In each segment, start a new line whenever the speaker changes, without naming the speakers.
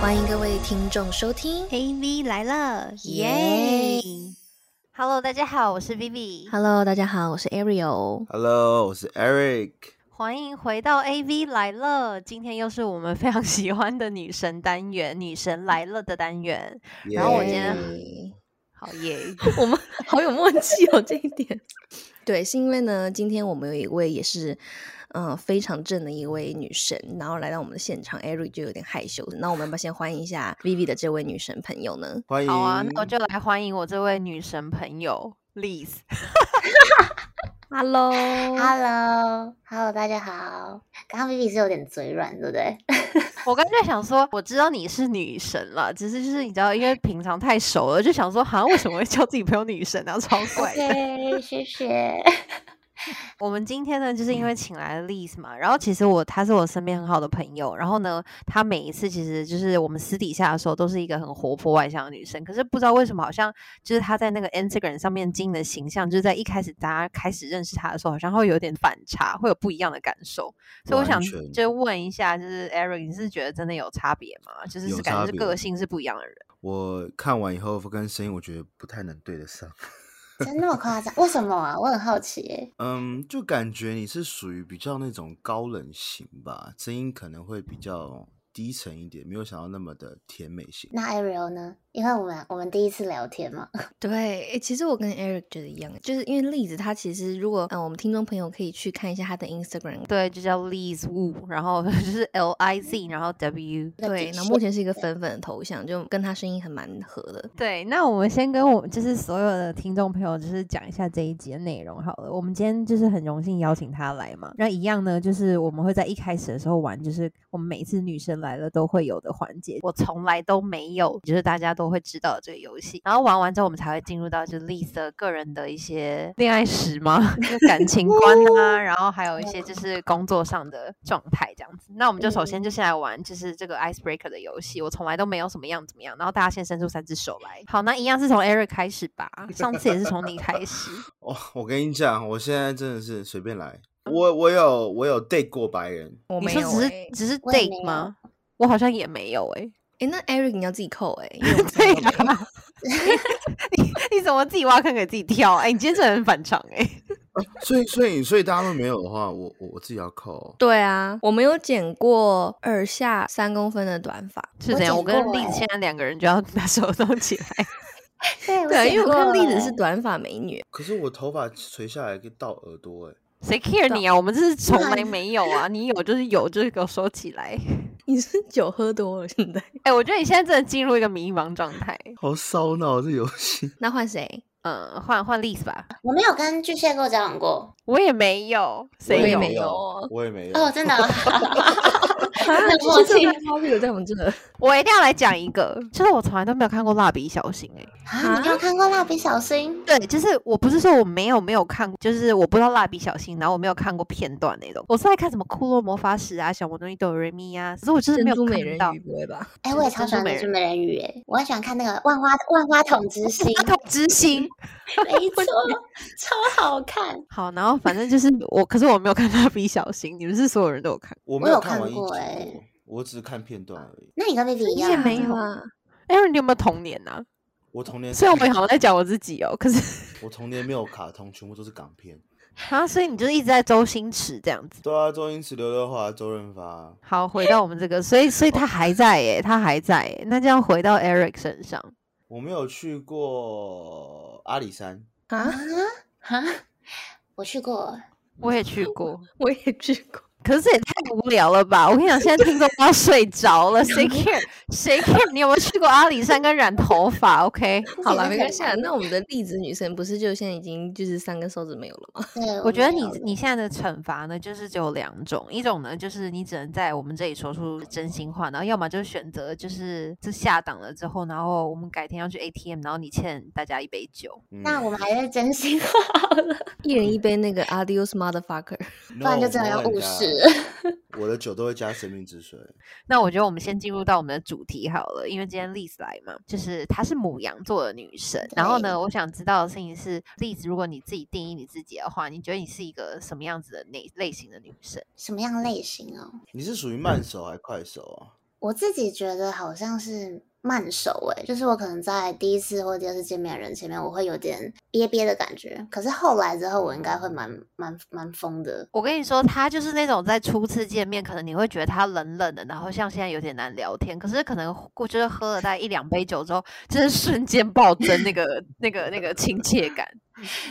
欢迎各位听众收听。
AV 来了，
耶
耶！Hello，大家好，我是 Vivi，
Hello，大家好，我是 Ariel。
Hello，我是 Eric。
欢迎回到 AV 来了。今天又是我们非常喜欢的女神单元，女神来了的单元。然后我今天
Yeah
好耶！
我们好有默契哦，这一点。 对，是因为呢，今天我们有一位也是，嗯、非常正的一位女神，然后来到我们的现场，Eric 就有点害羞。那我们要不要先欢迎一下 Vivi 的这位女神朋友呢？
欢迎，
好啊，那我就来欢迎我这位女神朋友 Liz。
Hello，
Hello，Hello，大家好。刚刚 Vivi 是有点嘴软，对不对？
我刚才想说，我知道你是女神了，只是就是你知道，因为平常太熟了，就想说，好像为什么会叫自己朋友女神啊，超怪的。
OK，谢谢。
我们今天呢，就是因
嗯
为请来了 Liz 嘛，然后其实我她是我身边很好的朋友，然后呢，她每一次其实就是我们私底下的时候都是一个很活泼外向的女生，可是不知道为什么好像就是她在那个 Instagram 上面经营的形象，就是在一开始大家开始认识她的时候，好像会有点反差，会有不一样的感受，所以我
完
想
全
就问一下，就是 Eric，你是觉得真的有差别吗？就是
有
是感
差
觉是
别
个性是不一样的人。
我看完以后跟声音，我觉得不太能对得上。
真那么夸张？为什么啊？我很好奇耶。
嗯，就感觉你是属于比较那种高冷型吧，声音可能会比较低沉一点，没有想到那么的甜美型。
那 Ariel 呢？因为我们我们第一次聊天嘛，
对，诶其实我跟 Eric 觉得一样，就是因为栗子她其实如果嗯、呃我们听众朋友可以去看一下她的 Instagram，
对，就叫 Liz Wu，然后 就是 L I Z，然后 W。
那
对，
的
那
确
目前是一个粉粉的头像，就跟她声音很蛮合的。
对，那我们先跟我们就是所有的听众朋友，就是讲一下这一集的内容好了。我们今天就是很荣幸邀请他来嘛，那一样呢，就是我们会在一开始的时候玩，就是我们每次女生来了都会有的环节，我从来都没有，就是大家都会知道的这个游戏。然后玩完之后，我们才会进入到就是 Lisa 的个人的一些恋爱史嘛， 就是感情观啊，然后还有一些就是工作上的状态这样子。那我们就首先就先来玩，就是这个 icebreaker 的游戏，我从来都没有什么样怎么样。然后大家先伸出三只手来，好，那一样是从 Eric 开始吧，上次也是从你开 始。
哦，我跟你讲，我现在真的是随便来。
嗯
我我有我有 date 过白人，
我
你
没
说
有、欸
只是
诶
只是
我也没
date
有
吗？我好像也没有 哎、
哎，那 Eric 你要自己扣哎、因为我 们三个都没有
你啊你怎么自己挖坑给自己跳？哎、你今天真的很反常哎、
所以所以所以大家都没有的话，我我我自己要扣哦、
对啊，我没有剪过二下三公分的短发。
是
我
怎样？
剪
我跟
过
Liz
欸
现在两个人就要把手动起 来。
对，
对啊，
剪
因为我看
过
栗子
耶
是短发美女，
可是我头发垂下来可以到耳朵、欸，
谁 care 你啊？我们这是从来
然
没有啊！你有就是有，就是给我收起 来。
你是酒喝多了现在？
哎、我觉得你现在真的进入一个迷茫状态。
好烧脑这游戏。
那换谁？
嗯，换换 Liz 吧，
我没有跟巨蟹座交往过
我也没有，
我
谁
也
有？
没有哦
我也没有。
哦，真的啊。
啊，就是这个
默契
他是有在我们这。
我一定要来讲一个，就是我从来都没有看过蜡笔小新、欸。
啊，你没有看过蜡笔小新？
对，就是我不是说我没有没有看过，就是我不知道蜡笔小新，然后我没有看过片段那种。我是在看什么库洛魔法使啊、小魔女哆瑞咪啊，可是我就是
珍
没有
珠
看
美人
到
鱼。不会吧？
哎，
就
我
是
也超
珍珠
喜欢
美
珍珠
人
美人鱼，哎，我很喜欢看那个万花万花筒之星，
阿童之心，
没错，超好看。
好，然后反正就是我，可是我没有看蜡笔小新，你们是所有人都有看。
我
我
没
有
看
看
完一集
过欸
过，我只是看片段而已。
那你跟 Vivi 一
你
样
也
啊，
没有
啊，
艾瑞，你有没有童年啊？
我 童年
虽然我们
看
好像在讲我自己哦，可是
我童年没有卡通，全部都是港片。
啊，所以你就是一直在周星驰这样子。
对啊，周星驰、刘德华、周润发，
好，回到我们这个，所以所以他还在耶，他还在耶。那这样回到 Eric 身上，
我没有去过阿里山，
啊，
哈，我去过，
我也去过，
我也去过。
可是这也太无聊了吧！我跟你讲，现在听众都要睡着了， 谁 care 谁 care？你有没有去过阿里山跟染头发？OK，
好
了，
了，没关系啊。那我们的栗子女神不是就现在已经就是三根手指没有了吗？
对，
我觉得
没
你
有
你现在的惩罚呢，就是只有两种，一种呢就是你只能在我们这里说出真心话，然后要么就选择就是这下档了之后，然后我们改天要去 ATM，然后你欠大家一杯酒。
嗯、
那我们还是真心 话好了，
一人一杯那个 Adios motherfucker。
不
不然就真的要误事。
我的酒都会加生命之水，
那我觉得我们先进入到我们的主题好了，因为今天 Liz 来嘛，就是她是母羊座的女生，然后呢，我想知道的事情是，Liz，如果你自己定义你自己的话，你觉得你是一个什么样子的类类型的女生？
什么样类型哦？
你是属于慢手还快手啊？
我自己觉得好像是慢熟诶、就是我可能在第一次或第二次见面的人前面，我会有点憋憋的感觉，可是后来之后，我应该会蛮蛮蛮疯的。
我跟你说，他就是那种在初次见面，可能你会觉得他冷冷的，然后像现在有点难聊天，可是可能过就是喝了大概一两杯酒之后，就是瞬间暴增那个那个那个亲切感，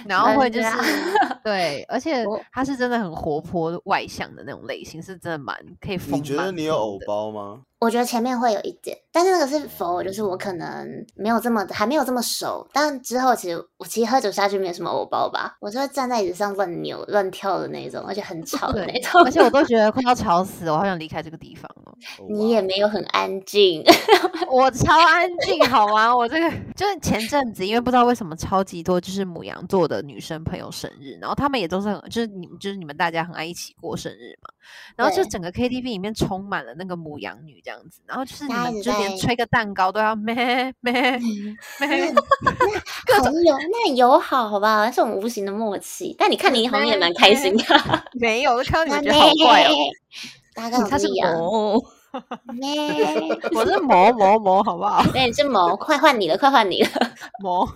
然后会就
真
是
的啊
对，而且
我
他是真的很活泼外向的那种类型，是真的蛮可以疯
你
蛮疯的。
觉得你有 偶包吗？
我觉得前面会有一点，但是那个是否就是我可能没有这么还没有这么熟，但之后其实我其实喝酒下去没有什么偶包吧，我就会站在椅子上乱扭乱跳的那种，而且很吵的那
对
种，
而且我都觉得快要吵死了，我好想离开这个地方哦。
哦
你也
哇
没有很安静。
我超安静，好吗？我这个就是前阵子，因为不知道为什么超级多就是母羊座的女生朋友生日，然后她们也都是很就是你们就是你们大家很爱一起过生日嘛，然后就
对
整个 KTV 里面充满了那个母羊女这样子，然后就是你
大家
们
一
就
直
连
在
吹个蛋糕都要 咩咩咩，
很友那很友好，好吧，那是我们无形的默契。但你看你好像也蛮开心的，
没有，我就看到你们觉得好怪哦，
大概
他是
不一样。
哦，
妹，
我是 某某某，好不好？
对，你是毛，快换你了，快换你了。
某。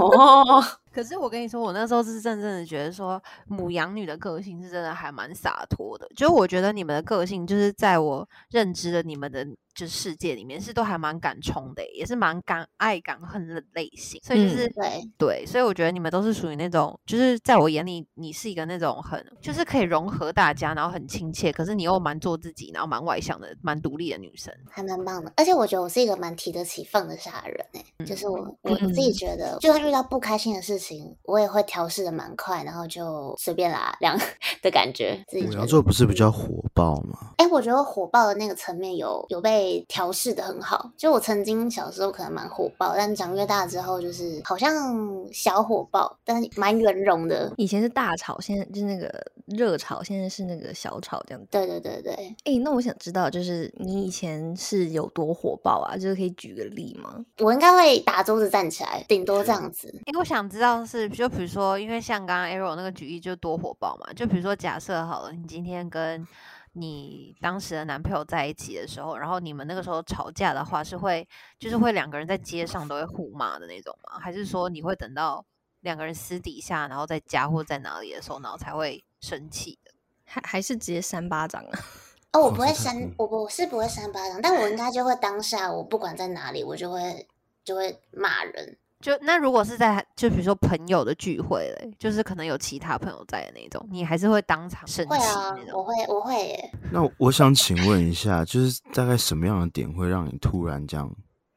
哦，
可是我跟你说，我那时候是真正的觉得说，母羊女的个性是真的还蛮洒脱的。就是我觉得你们的个性，就是在我认知的你们的就是世界里面，是都还蛮敢冲的，欸也是蛮敢爱敢恨的类型。所以就是、
对，
嗯对，所以我觉得你们都是属于那种，就是在我眼里，你是一个那种很就是可以融合大家，然后很亲切，可是你又蛮做自己，然后蛮外向的、蛮独立的女生。
还蛮棒的。而且我觉得我是一个蛮提得起放得下的人诶、就是我我我自己觉得，就算遇到不开心的事情，我也会调试的蛮快，然后就随便啦，这样 的感觉。自己
母
觉
羊
得
座啊不是比较火爆吗？
哎、我觉得火爆的那个层面有有被调试的很好。就我曾经小时候可能蛮火爆，但长越大之后，就是好像小火爆，但是蛮圆融的。
以前是大吵，现在就是那个热吵，现在是那个小吵这样子。
对对对对，
哎，那我想知道，就是你以前是有多火爆啊？就是可以举个例吗？
我应该会打桌子站起来，顶多这样子。
因为我想知道的是，就比如说，因为像刚刚 Arrow 那个举例就多火爆嘛，就比如说假设好了，你今天跟你当时的男朋友在一起的时候，然后你们那个时候吵架的话，是会就是会两个人在街上都会互骂的那种吗？还是说你会等到两个人私底下，然后在家或在哪里的时候，然后才会生气的？
还还是直接扇巴掌啊？
哦，我
哦
不
这
会
太
扇
嗯
酷，
我不我是不会扇巴掌，但我应该就会当下，我不管在哪里，我就会就会骂人。
就那如果是在就比如说朋友的聚会嘞，就是可能有其他朋友在的那种，你还是会当场生
会
气
啊
那，种
我。会我会耶。
那我我想请问一下，就是大概什么样的点会让你突然这样，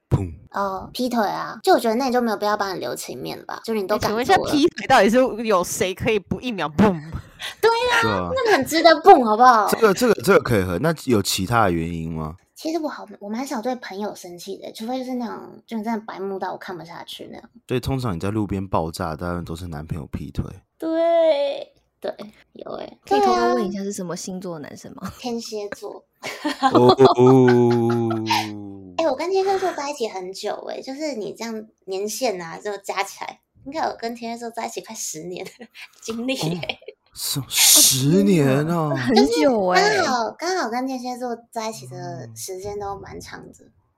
砰？
哦，劈腿啊！就我觉得那你就没有必要帮你留情面了吧，就是你都
哎请
敢做
问一下，
了，
劈腿到底是有谁可以不一秒蹦？
对啊，
那个很值得蹦，好不好？
这个这个这个可以和。那有其他的原因吗？
其实我好，我蛮少对朋友生气的，除非就是那种，就是真的白目到我看不下去那样。
所以通常你在路边爆炸，当然都是男朋友劈腿。
对对，有哎、欸，
可以偷偷
对
问
啊
一下是什么星座的男生吗？
天蝎座。
哦，
哎、我跟天蝎座在一起很久哎、就是你这样年限啊，就加起来，应该有跟天蝎座在一起快十年的 经历、欸，
是十年 啊！
哦很
就是
久哦哎、
刚好刚好跟天蝎座在一起的
嗯
时间都蛮长的。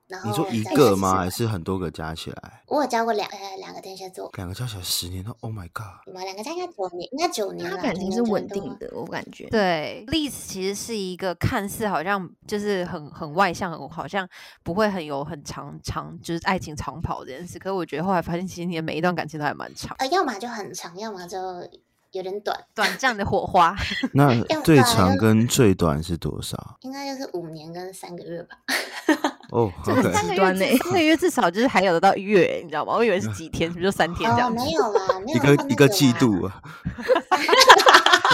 然后
你说一
在起
个吗？
是
还是很多个加起来？
我有交过两呃两个天蝎座，
两个加起来十年了，Oh my god！
我们两个加应该九年，应该九年
他
了。
感
九
情
年啊
是
九
稳
年多
定
了
的，我感觉。
对，Liz 其实是一个看似好像就是很很外向，很好像不会很有很长长就是爱情长跑这件事。可是我觉得后来发现，其实你的每一段感情都还蛮长，
呃，要么就很长，要么就有点短，
短暂的火 花。
那
要
最
不然
长
就
跟最短是多少？
应该就是五年跟三个月吧。
哦，
这个
OK
三
三个
端
月
欸
至，三个月至少就是还有得到月，你知道吗？我以为是几天，是不是就三天这
哦，
样子？
没有 啦，没
一
有
个
那
一
么那
个
啦
季，度 啊，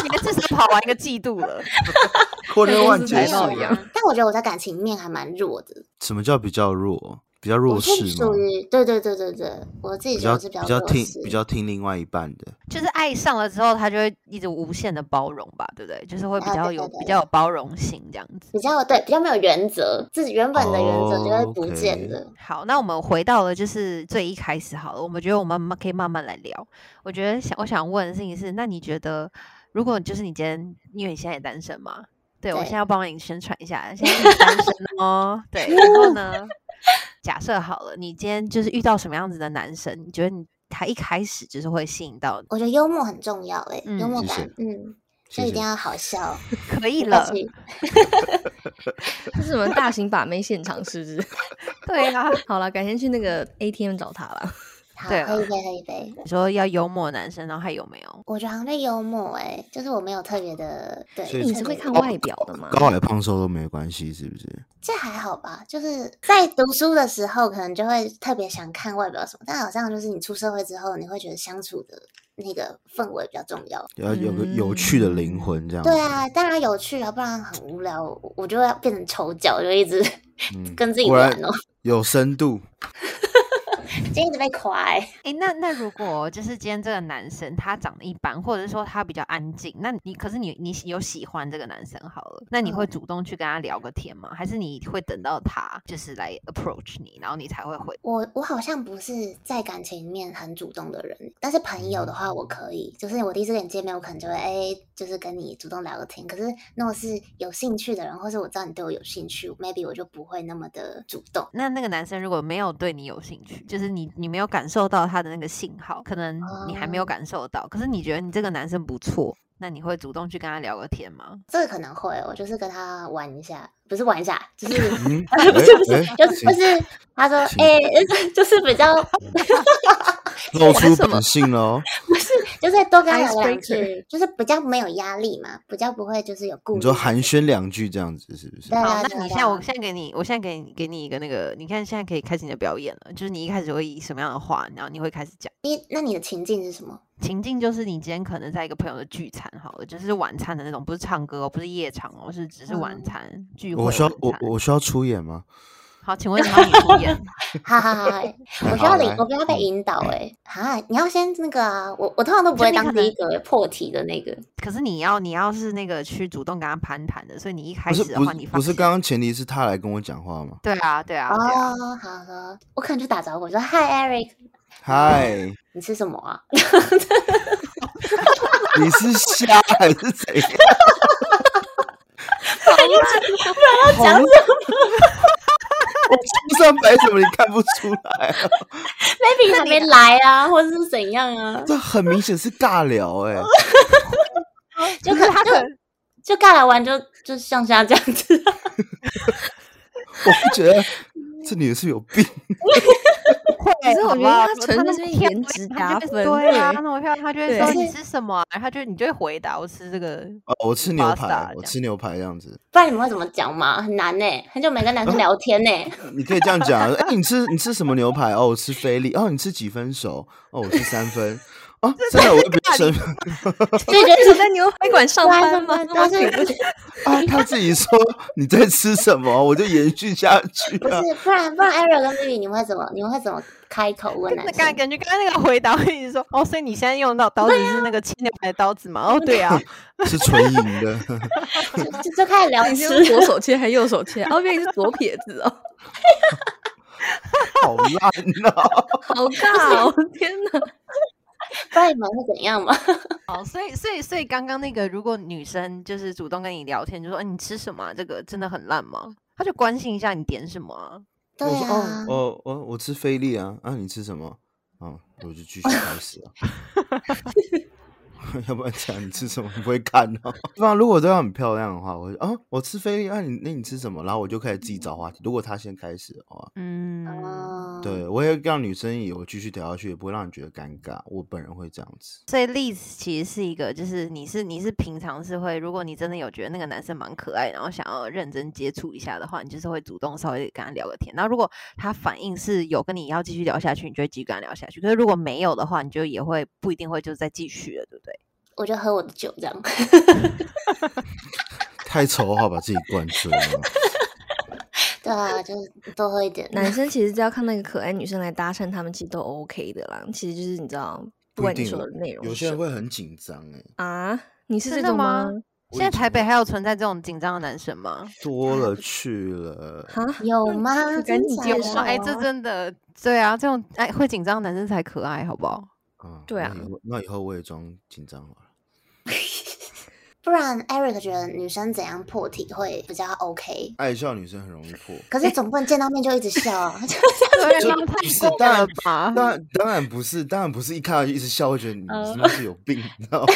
你 们至少跑完一个季度了。
或者万
跟
结
没
公司财报
束
有
一
了。
样
啦。但我觉得我在感情面还蛮弱的，
什么叫比较弱？比较
我
弱势
是
吗
属？于对对对对对，我自己
比
觉
较
得是
比
比较
较
弱
听
势
比较听另外一半的。
就是爱上了之后，他就会一直无限的包容吧，对不对？就是会比
啊
较
对
有
对对
比较有包容性这样子。
比较对比较没有原则，自己原本的原则就会
哦
不
，OK
见的。
好，那我们回到了就是最一开始好了，我们觉得我们慢慢可以慢慢来聊。我觉得想我想问的事情是，那你觉得如果就是你今天，因为你现在也单身嘛，对我
对
现在要帮你宣传一下，现在是单身哦。对，然后呢，假设好了，你今天就是遇到什么样子的男生，你觉得你他一开始就是会吸引到你，
我觉得幽默很重要诶、幽
嗯
默
谢
感
谢，
嗯，
谢
就一
谢
定要 好笑。
可以
要
了，
去
这 是什么大型把妹现场是不是？
对啊。
好了，改天去那个 ATM 找他了。
好，
对
喝
啊
了
一杯，喝一杯。
你说要幽默男生，然后还有没有？
我觉得好像对幽默诶、欸就是我没有特别的对。
所以
你
特
是会
别
看
的
外表的吗？
高矮胖瘦都没关系，是不是？
这还好吧，就是在读书的时候，可能就会特别想看外表什么，但好像就是你出社会之后，你会觉得相处的那个氛围比较重要。
要有个有趣的灵魂，这样子。
对啊，当然有趣啊，不然很无聊，我我就会变成丑角，就一直
嗯，
跟自己
果
玩
然
哦，
有深度。
今天一直被夸、欸。
诶，那那如果就是今天这个男生他长得一般，或者是说他比较安静，那你可是你你有喜欢这个男生好了，那你
嗯
会主动去跟他聊个天吗？还是你会等到他就是来 approach 你，然后你才会回？
我我好像不是在感情里面很主动的人，但是朋友的话我可以，就是我第一次跟你见面，我可能就会哎、就是跟你主动聊个天。可是如果是有兴趣的人，或是我知道你对我有兴趣，maybe 我就不会那么的主动。
那那个男生如果没有对你有兴趣，就是你你没有感受到他的那个信号，可能你还没有
哦
感受到，可是你觉得你这个男生不错，那你会主动去跟他聊个天吗？
这个可能会，我就是跟他玩一下，不是玩一下，就是
嗯，
不是不是，
哎
就是就
哎
是他说，
行
哎、就是比较
露出本性了哦。
就是多跟他聊两
Icebreaker
句，就是比较没有压力嘛，比较不会就是有顾虑。
你说寒暄两句这样子是不是
对？啊
好，
对
那
啊
你
对
现在，我
啊
现在给你，我现在给你给你一个那个，你看现在可以开始你的表演了，就是你一开始会以什么样的话，然后你会开始讲
你那你的情境是什么？
情境，就是你今天可能在一个朋友的聚餐，好了，就是晚餐的那种，不是唱歌哦，不是夜场哦，是只是晚
嗯
餐、聚会
我
晚
需要
餐。
我我需要出演吗？
好，请问你要你出演
哈哈哈！我需
好
要领
来，
我不要被
嗯
引导哎、啊！你要先那个啊，我我通常都不
就
会
你可
当第一
能
个、欸、破题的那个。
可是你要你要是那个去主动跟他攀谈的，所以你一开
不是
始的
不
话，你
是
放
不是，
弃
刚刚前提是他来跟我讲话 吗？
对啊对啊对啊，
哦，好的，我可能就打招呼，我说嗨，Eric，
嗨，
你吃什么啊？
你是瞎还是怎样？ 不然要讲什么？ 我身上摆什么你看不出来啊？
maybe 还没来啊，或者是怎样啊？
这很明显是尬聊哎、
就
啊可是
可
他
就
可能
就尬聊完就就像现在这样子，
我会觉得这女的是有病。
会，
可是我
好
觉
不
得
好
他
啊他
纯粹
那
是
么
颜
漂亮
值
他
达
就
分
对啊，
对
那么漂亮，他就会
对
说
就
你
是
吃什么啊，然后他就你就会回答我吃 这个
哦， 我吃牛
Pasta
排，
这
我
样
吃牛排这样子，
不然你们会怎么讲嘛？很难呢、很久没跟男生聊天呢、
你可以这样讲啊。 哎、你吃你吃什么牛排？哦，我吃菲力。哦，你吃几分熟？哦，我吃三分。哦， 真的，我会比较生。
所以就
你
是
是在牛排馆上
对啊
班吗？
上班但是
啊，他自己说你在吃什么，我就延续下去
不
啊。
是，不然不然，Ariel 跟 Vivi，你们会怎么？你们会怎么开口问男
那
生
感？感觉刚刚那个回答会一直说，哦，所以你现在用到刀子是那个切牛排的刀子吗？哦，对啊，
是纯银的，
就就就开始 聊
你
吃
是用左手切还是右手切？哦，原来你是左撇子哦，
好烂哦！
好尬哦！天哪，
不然你们会怎样嘛？
哦，所以所以所以刚刚那个，如果女生就是主动跟你聊天，就说，哎，你吃什么啊？这个真的很烂吗？她就关心一下你点什么啊？
对
我说
啊
哦，，我我我吃菲力啊，啊，你吃什么？啊，我就继续开始啊。 要不然讲你吃什么你不会看哦。 对啊，如果对方很漂亮的话，我就啊，我吃菲力啊，你那你吃什么？然后我就开始自己找话题。如果他先开始的话，
嗯，
哦，
对我也让女生以为我继续聊下去，也不会让你觉得尴尬。我本人会这样子。
所以 Liz 其实是一个，就是你是你是平常是会，如果你真的有觉得那个男生蛮可爱，然后想要认真接触一下的话，你就是会主动稍微跟他聊个天。那如果他反应是有跟你要继续聊下去，你就会继续跟他聊下去。可是如果没有的话，你就也会不一定会就再继续了，对不对？
我就喝我的酒这 样。
太丑的话，把自己灌醉了。
对啊，就是多喝一 点。
男生其实只要看那个可爱女生来搭讪，他们其实都 OK 的啦。其实就是你知道，不
不一
管你
定
说
啊
的内容
有
是
些
什
人
么
会很紧张哎，
啊，你是
真
这
的
种
吗
吗？
我
现在
以前
台北还有存在这种紧张的男生吗？
多了去了。
哈，
有吗？
赶
真
紧
假
介
有
的
绍
吗？哎、这
啊
真的对啊，这种哎会紧张的男生才可爱，好不好？
啊，
对
那
啊
以后那以后我也装紧张好了。
不然 Eric 觉得女生怎样破题会比较 OK？
爱笑女生很容易破。
可是总不能见到面就一直笑 啊，
对
就
方太
不是
过
当
了
然
吧？
当然当然不是，当然不是一看到就一直笑，会觉得你
嗯
是不是有病， 你知道吗？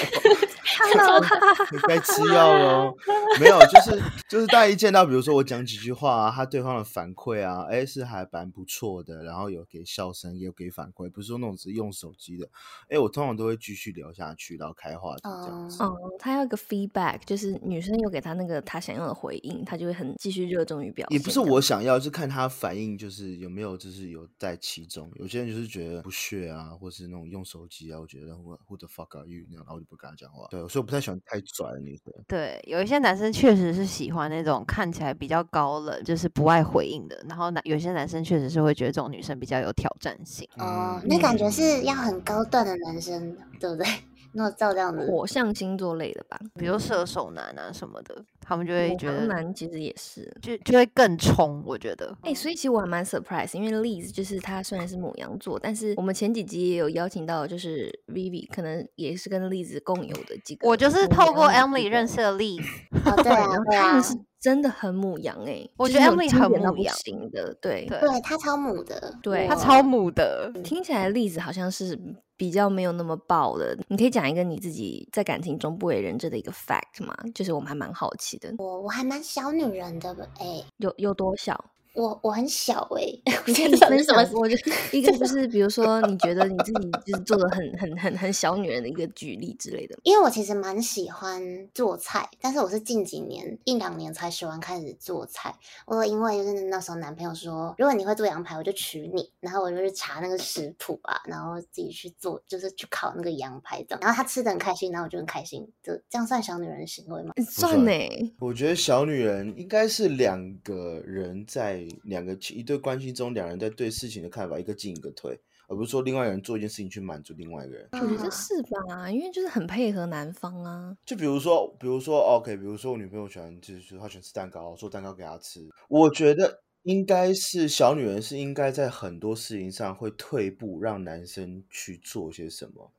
你该吃药喽。没有，就是就是大家一见到，比如说我讲几句话啊，他对方的反馈啊，哎是还蛮不错的，然后有给笑声，也有给反馈，不是说那种只是用手机的。哎，我通常都会继续聊下去，然后开话题这样子。
哦，他要一个 feedback，就是女生有给他那个他想要的回应，他就会很继续热衷于表现。
也不是我，想要，是看他反应，就是有没有，就是有在其中。有些人就是觉得不屑啊，或是那种用手机啊，我觉得 who who the fuck are you 那样，然后我就不跟他讲话。对，所以我不太喜欢太拽的女生。
对，有一些男生确实是喜欢那种看起来比较高冷，就是不爱回应的。然后男有些男生确实是会觉得这种女生比较有挑战性。
哦
嗯，
那感觉是要很高段的男生，对不 对？如果照这样子，
火象星座类的吧？
比如射手男啊什么的，他们就会
我
觉
当
得
然其实也是。
就就会更冲。我觉得，
哎、所以其实我还蛮 surprise，因为 Liz 就是她虽然是母羊座，但是我们前几集也有邀请到，就是 Vivi 可能也是跟 Liz 共有的几个母羊女记者。
我就是透过 Emily 认识了 Lee，
哦，对啊，对
他
啊
们，是真的很母羊哎、
我
就
觉
是
得
那种
Emily
经
很
典到
母
不
羊
行的，对
对
对哦他超母的，
对
他
哇
超母的。
听起来 Liz 好像是比较没有那么爆的，你可以讲一个你自己在感情中不为人知的一个 fact 吗？就是我们还蛮好奇的，
我我还蛮小女人的哎、
有有多小？
我我很小哎、 我觉
你
得这是
分
什么
享过就一个就是比如说你觉得你自己就是做的很很很很小女人的一个举例之类的。
因为我其实蛮喜欢做菜，但是我是近几年一两年才喜欢开始做菜。我因为就是那时候男朋友说，如果你会做羊排，我就娶你。然后我就去查那个食谱啊，然后自己去做，就是去烤那个羊排这样。然后他吃的很开心，然后我就很开心。就这样算小女人行为吗？
嗯算
算
呢、
我觉得小女人应该是两个人在两个一对关系中，两人在对事情的看法，一个进一个退，而不是说另外一个人做一件事情去满足另外一个人。
我觉得
啊
是吧？因为就是很配合男方啊。
就比如说，比如说，OK，比如说我女朋友喜欢，就是她喜欢吃蛋糕，做蛋糕给她吃。我觉得应该是小女人是应该在很多事情上会退步，让男生去做些什么，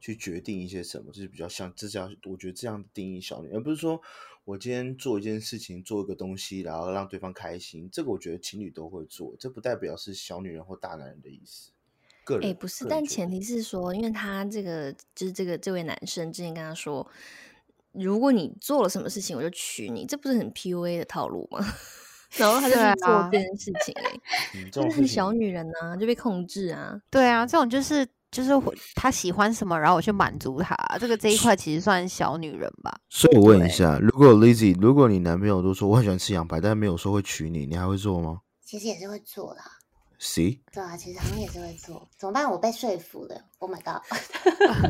去决定一些什么，就是比较像这叫我觉得这样定义小女人，而不是说我今天做一件事情，做一个东西，然后让对方开心。这个我觉得情侣都会做，这不代表是小女人或大男人的意思。个人
哎、不是，
个人
但
觉
前
得
提是说，因为他这个就是这个这位男生之前跟他说，如果你做了什么事情，我就娶你，这不是很 PUA 的套路吗？ 然后他就
对
去做
啊
这件事情、欸，哎、
嗯
就
这种
是很
事情
小女人啊，就被控制啊。
对啊，这种就是就是会他喜欢什么，然后我去满足他。这个这一块其实算小女人吧。
所以我问
对
一下，如果 Lizzy，如果你男朋友都说我很喜欢吃羊排，但没有说会娶你，你还会做吗
其实也是会做啦。
？See，
对啊，其实好像也是会做，怎么办？我被说服了，Oh my god！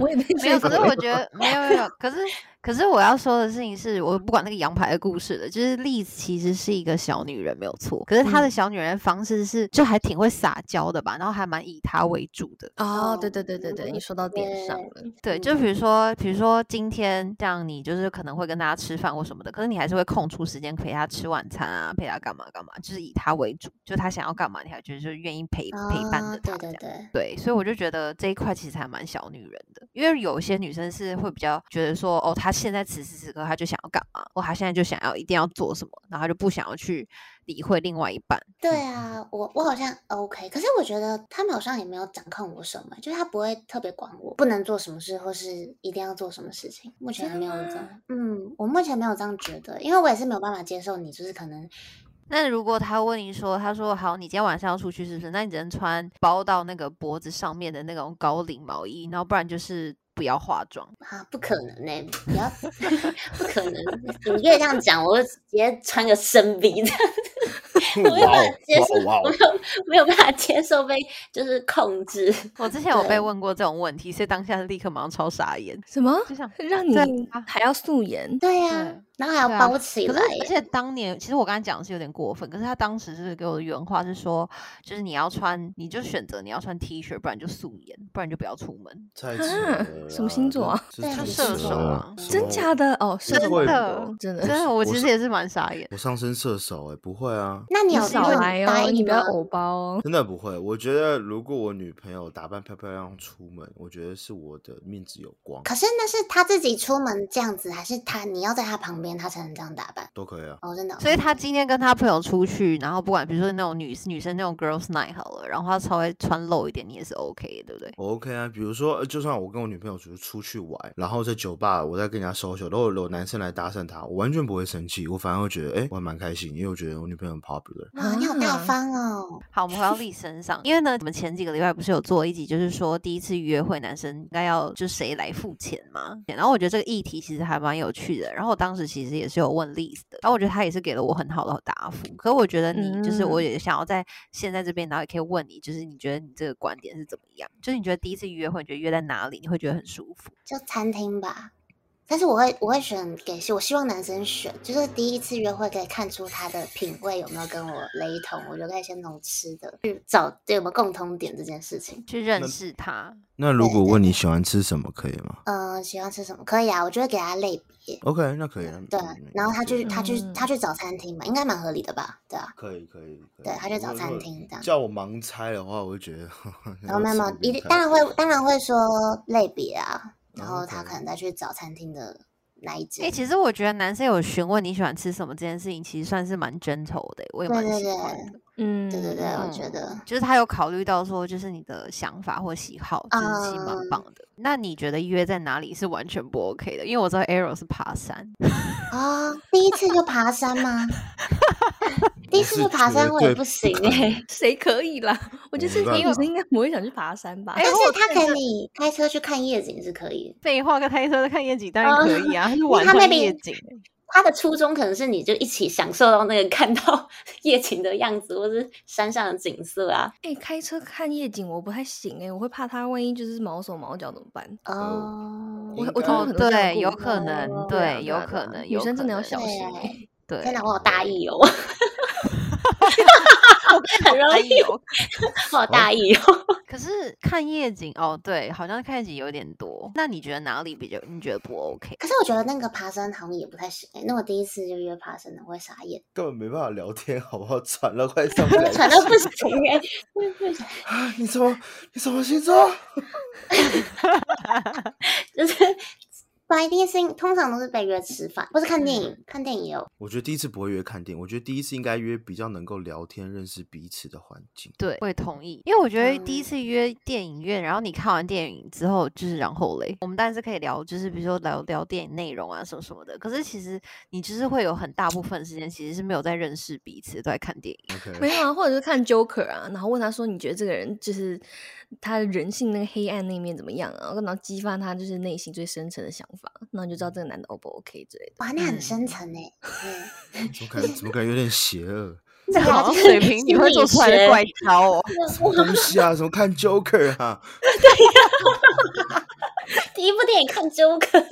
我也被
没有，
说
可是
服
我
了
觉得没有没有，可是可是我要说的事情是，我不管那个羊排的故事了，就是丽子其实是一个小女人没有错，可是她的
嗯
小女人方式是就还挺会撒娇的吧，然后还蛮以她为主的。
哦，对对对对对，你说到点上了。
对，就比如说，比如说今天这样，你就是可能会跟大家吃饭或什么的，可是你还是会空出时间陪她吃晚餐啊，陪她干嘛干嘛，就是以她为主，就她想要干嘛，你还觉得就是愿意陪陪伴
啊
着她
对
这
对
样。
对，
对，所以我就觉得这一块其实还蛮小女人的，因为有一些女生是会比较觉得说，哦，她现在此时此刻她就想要干嘛，或她现在就想要一定要做什么，然后她就不想要去理会另外一半。
对啊，我我好像 OK，可是我觉得他们好像也没有掌控我什么，就是他不会特别管我，不能做什么事或是一定要做什么事情。目前还没有这样，嗯，我目前没有这样觉得，因为我也是没有办法接受你，就是可能
那如果她问你说，她说好，你今天晚上要出去是不是？那你只能穿包到那个脖子上面的那种高领毛衣，然后不然就是不要化妆。
啊，不可能呢、不要， 不可能，你越这样讲，我就直接穿个深 V 的，
哇哦
没有办法接受，
哇哦
我没有没有办法接受被就是控制。
我之前有被
对
问过这种问题，所以当下立刻马上超傻眼，
什么？
就想
让
对
你
啊
还要素颜？
对呀、
对
然后还要
对啊
包起
可
来欸
是，
耶、
而且当年，其实我刚才讲的是有点过分，可是他当时是给我的原话是说，就是你要穿，你就选择你要穿 T 恤，不然就素颜，不然就不要出门。
哈
太扯了
什么
啦
星座啊？
这这
对
太
就
扯
射手
了
啊
什
真
么
假的？哦，
真
是
的会
的
真
真
的。
的，我
我
其
是
实也是蛮傻眼。
我上升射手哎、不会啊，
那你有
少
问
来
答
哦，
应
你不要
吗？
偶包哦。
真的不会。我觉得如果我女朋友打扮漂漂亮亮出门，我觉得是我的面子有光，
可是那是他自己出门这样子，还是他你要在他旁边，他才能这样打扮？
都可以啊。
哦，真的哦，
所以他今天跟他朋友出去，然后不管比如说那种女女生那种 girls night 好了，然后他稍微穿露一点，你也是 OK 的，对不对？
我 OK 啊，比如说，呃就算我跟我女朋友只是出去玩，然后在酒吧我在跟人家 social，如果有男生来搭讪她，我完全不会生气，我反而会觉得，哎、我还蛮开心，因为我觉得我女朋友很 popular。
哇，你好大
啊
方哦。
好，我们回到丽身上，因为呢，我们前几个礼拜不是有做一集，就是说第一次约会男生应该要就谁来付钱嘛。然后我觉得这个议题其实还蛮有趣的。然后我当时其实也是有问丽的，然后我觉得他也是给了我很好的答复。可我觉得你就是我
嗯
也想要在现在这边，然后也可以问你，就是你觉得你这个观点是怎么样？就是你觉得第一次约会，你觉得约在哪里你会觉得很舒服？
就餐厅吧。但是我会我会选给，我希望男生选，就是第一次约会可以看出他的品味有没有跟我雷同，我就可以先从吃的去找有没有共通点这件事情。
去认识他，
那如果问你喜欢吃什么，可以吗
呃，喜欢吃什么可以啊，我就会给他类别。
？OK，那可以啊。
对啊
嗯，
然后他去
嗯
他去他去找餐厅嘛，应该蛮合理的吧？对啊，
可以可以，可以
对他去
如
找
果
餐
如果
厅这样
叫我盲猜的话，我会觉得，
然后
那
慢
个
慢
是
一定
变态
当然会当然会说类别啊，然
哦
后他
，OK
可能再去找餐厅的那一间。
哎、其实我觉得男生有询问你喜欢吃什么这件事情，其实算是蛮 gentle 的、我也
对
蛮
对
喜
对
欢的。
嗯，
对对对，我觉
嗯
得
就是他有考虑到说，就是你的想法或喜好，就是其实蛮
嗯
棒的。那你觉得约在哪里是完全不 OK 的？因为我知道 Arrow 是爬山，
啊、第一次就爬山吗？ 第一
我
次
是
就爬
绝
山我也
对
不
不
行
可
哎、
能
谁可以啦？ 我觉得这
我没办
些
法
女生应该不会想去爬山吧
哎？
但
我
是他
看
给你开车去看夜景是可以的，
废话，跟开车看夜景当然可以啊，他是
嗯
晚
他
上
maybe-
夜景欸。
他的初衷可能是你就一起享受到那个 看到夜景的样子，或是山上的景色啊。
哎、开车看夜景我不太行哎、我会怕他万一就是毛手毛脚怎么办？
哦
哦，
我
应
我
该
听过
哦
很多这样的
对有
故事
可
啊
能
对啊
对
对啊
有
对
可
啊
能
女
有
生真的要
可
小
能
心
对
哎、
对，
天哪，我好大意哦， 很容
哎
易，
呦，
我 好大意哦。
可是看夜景哦，对，好像看夜景有点多。那你觉得哪里比较你觉得不 OK？
可是我觉得那个爬山好像也不太行哎、那我第一次就约爬山的，我会傻眼，
根本没办法聊天，好不好？喘了 快上不
我
来
喘到不行 哎、
啊！ 你怎么你什么星座？
就是本来第一次通常都是被约吃饭，或是看电影，看电影也有。
我觉得第一次不会约看电影，我觉得第一次应该约比较能够聊天、认识彼此的环境。
对，会同意，因为我觉得第一
嗯
次约电影院，然后你看完电影之后，就是然后嘞，我们当然是可以聊，就是比如说聊聊电影内容啊什么什么的。可是其实你就是会有很大部分时间其实是没有在认识彼此，都在看电影。
OK，
没有啊，或者是看 Joker 啊，然后问他说：“你觉得这个人就是他人性那个黑暗那一面怎么样啊？”然后激发他就是内心最深层的想法，然后你就知道这个男的 O 不 OK 之类的。
哇，那很深
嗯
层哎、嗯，
怎么感觉怎么感觉有点邪恶？
这
对啊
好像
就是
水 瓶你
心
会
理
做出来
学
的怪招哦。
什么东西啊？什么看 Joker 啊？
第一部电影看 Joker。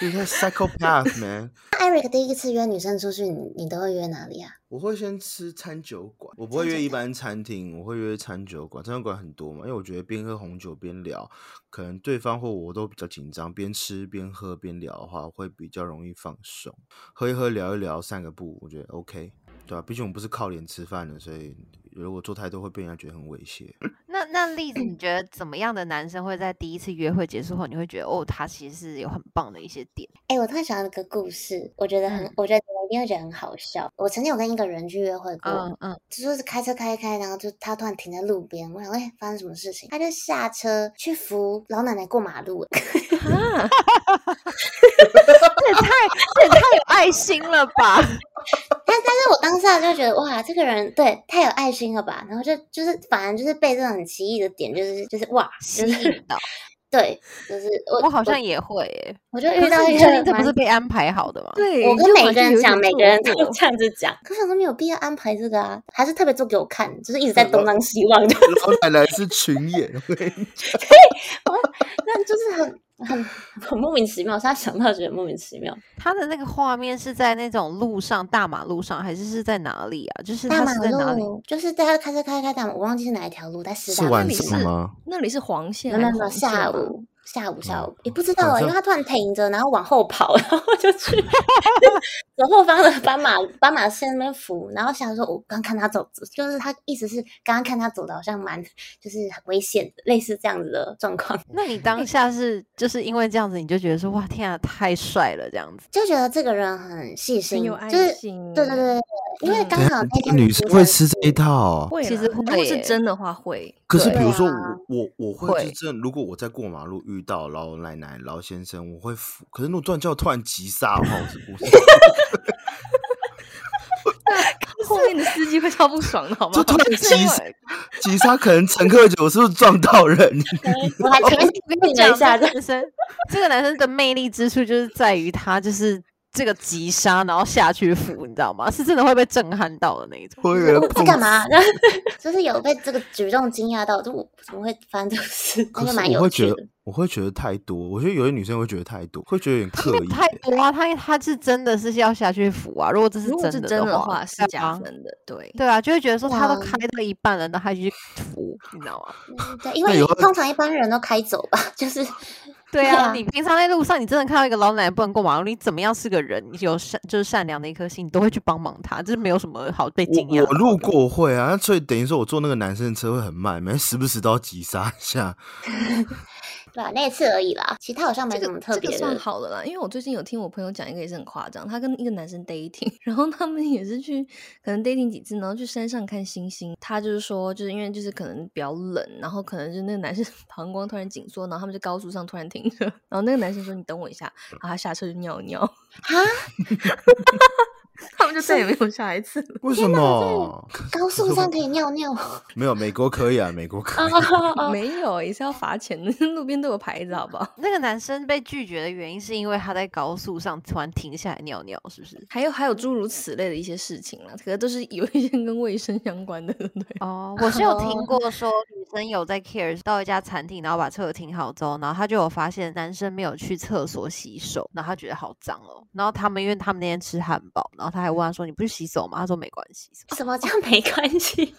你看 Psychopath man。
那 Eric 第一次约女生出去，你你都会约哪里啊？
我会先吃餐酒馆，我不会
餐
约
酒
一般餐厅，我会约餐酒馆。餐酒馆很多嘛，因为我觉得边喝红酒边聊，可能对方或我都比较紧张，边吃边喝边聊的话，会比较容易放松。喝一喝，聊一聊，散个步，我觉得 OK，对吧、啊毕竟我们不是靠脸吃饭的，所以如果做太多会被人家觉得很猥亵。
那那例子，你觉得怎么样的男生会在第一次约会结束后，你会觉得哦，他其实是有很棒的一些点？
哎、我突然想到一个故事，我觉得很，
嗯
我觉得我一定会觉得很好笑。我曾经有跟一个人去约会过，
嗯嗯，
就是开车开一开，然后就他突然停在路边，我想哎、发生什么事情？他就下车去扶老奶奶过马 路，
啊，
这也太这也太有爱心了吧！
但但是我当下就觉得哇，这个人对太有爱心了吧，然后就就是反而就是被这种很奇异的点，就是就是哇，
吸
就是
引到
对，就是我
我好像也会耶、
我就
可
遇
是
到
你
一
确定
个
这不
蛮
是被安排好的吗？
对，
我
你
跟
就
每
完
个
全
人
有一
讲，
点
每
自
个
我
人都
过
这样子讲，可想说没有必要安排这个啊，还是特别做给我看，就是一直在 东张西望的，
老奶奶是群演，我跟你讲
那就是很 很很莫名其妙。现在想到觉得莫名其妙。
他的那个画面是在那种路上，大马路上，还是是在哪里啊？就是
大
他
马
是在哪里？
路就是大家开车开开大马，我忘记是哪一条路，在师
是
大马
晚
路
你
上
是
上吗？
那里是黄线
没
还
有
是
没有
红线啊
下
吗
午，下午
哦
下午也不知道
晚
啊、因为
上
他突然停着，然后往后跑， 然后就去左后方的斑马斑马线那边扶，然后想说，我刚看他走，就是他意思是刚刚看他走的好像蛮就是很危险的，类似这样子的状况，
那你当下是就是因为这样子，你就觉得说哇天啊，太帅了这样子。
就觉得这个人很细
很
心，
有爱
就是
心。
对对对对，对因为
嗯
刚
等一
好
下
那天
女
的
生
行
会
程
吃这一套。哦
会啦，欸
其实
如
会
果是
耶
真的话会。
可是，
对
比如
对
说
啊
我我我会
会
是真的，如果我在过马路遇到老奶奶、老先生，我会扶。可是那种断叫突然急刹的话，我是不 是
后面的司机会超不 爽的，好吗
就？突然急刹
会
急刹，可能乘客觉得我是不是撞到人？
我还前面定 了一下，
这
这
个男生，这个男生的魅力之处就是在于他就是这个急刹，然后下去扶，你知道吗？是真的会被震撼到的那一种。
我以为
在
碰
干
死
嘛？就是有被这个举动惊讶到，就我怎么会发生这种事？那
可
就是蛮
我
有
会觉
趣
得
的。，
我会觉得太多。我觉得有些女生会觉得太多，会觉得有点刻
没有
意
太
欸。
多啊，他他是真的是要下去扶啊。如果这是
如果是
的
真的
话，
话是
对
加
啊。
分的，对。
对啊，就会觉得说他都
哇
开到一半了，那还去扶，你知道吗？
嗯对，因
那
为
有
通常一般人都开走吧， 就是
对
对
啊，
啊
你平常在路上，你真的看到一个老奶奶不能过马路，你怎么样是个人，你有善就是善良的一颗心，你都会去帮忙她，就是没有什么好被惊讶
我
到
我
的。
路过会啊，所以等于说我坐那个男生的车会很慢，每时不时都要急刹一 下。
对吧、那一次而已啦，其他好像没
这
什
个
么特
这个
别
算
的。
好的啦，因为我最近有听我朋友讲一个也是很夸张，他跟一个男生 dating，然 后他们也是去可能 dating 几次，然后去山上看星星。他就是说，就是因为就是可能比较冷，然后可能就是那个男生 膀胱突然紧缩，然后他们就高速上突然停车，然后那个男生说你等我一下，然后他下车就尿尿， 他们就再也没有下一次了。
为什么？
高速上可以尿尿
没有，美国可以啊，美国可
啊
以。！
没有，也是要罚钱的， 路边都有牌子，好不好？
那个男生被拒绝的原因是因为他在高速上突然停下来尿尿，是不是？
还有还有诸如此类的一些事情啦，可能都是有一些跟卫生相关 的，对 不对？
哦，我是有听
哦
过说女生有在 care 到一家餐厅，然后把车子停好之后，然后她就有发现男生没有去厕所洗手，然后她觉得好脏哦。然后他们因为他们那天吃汉堡，然后她还问他说：“你不去洗手吗？”他说：“没关系。”
什么叫没关系？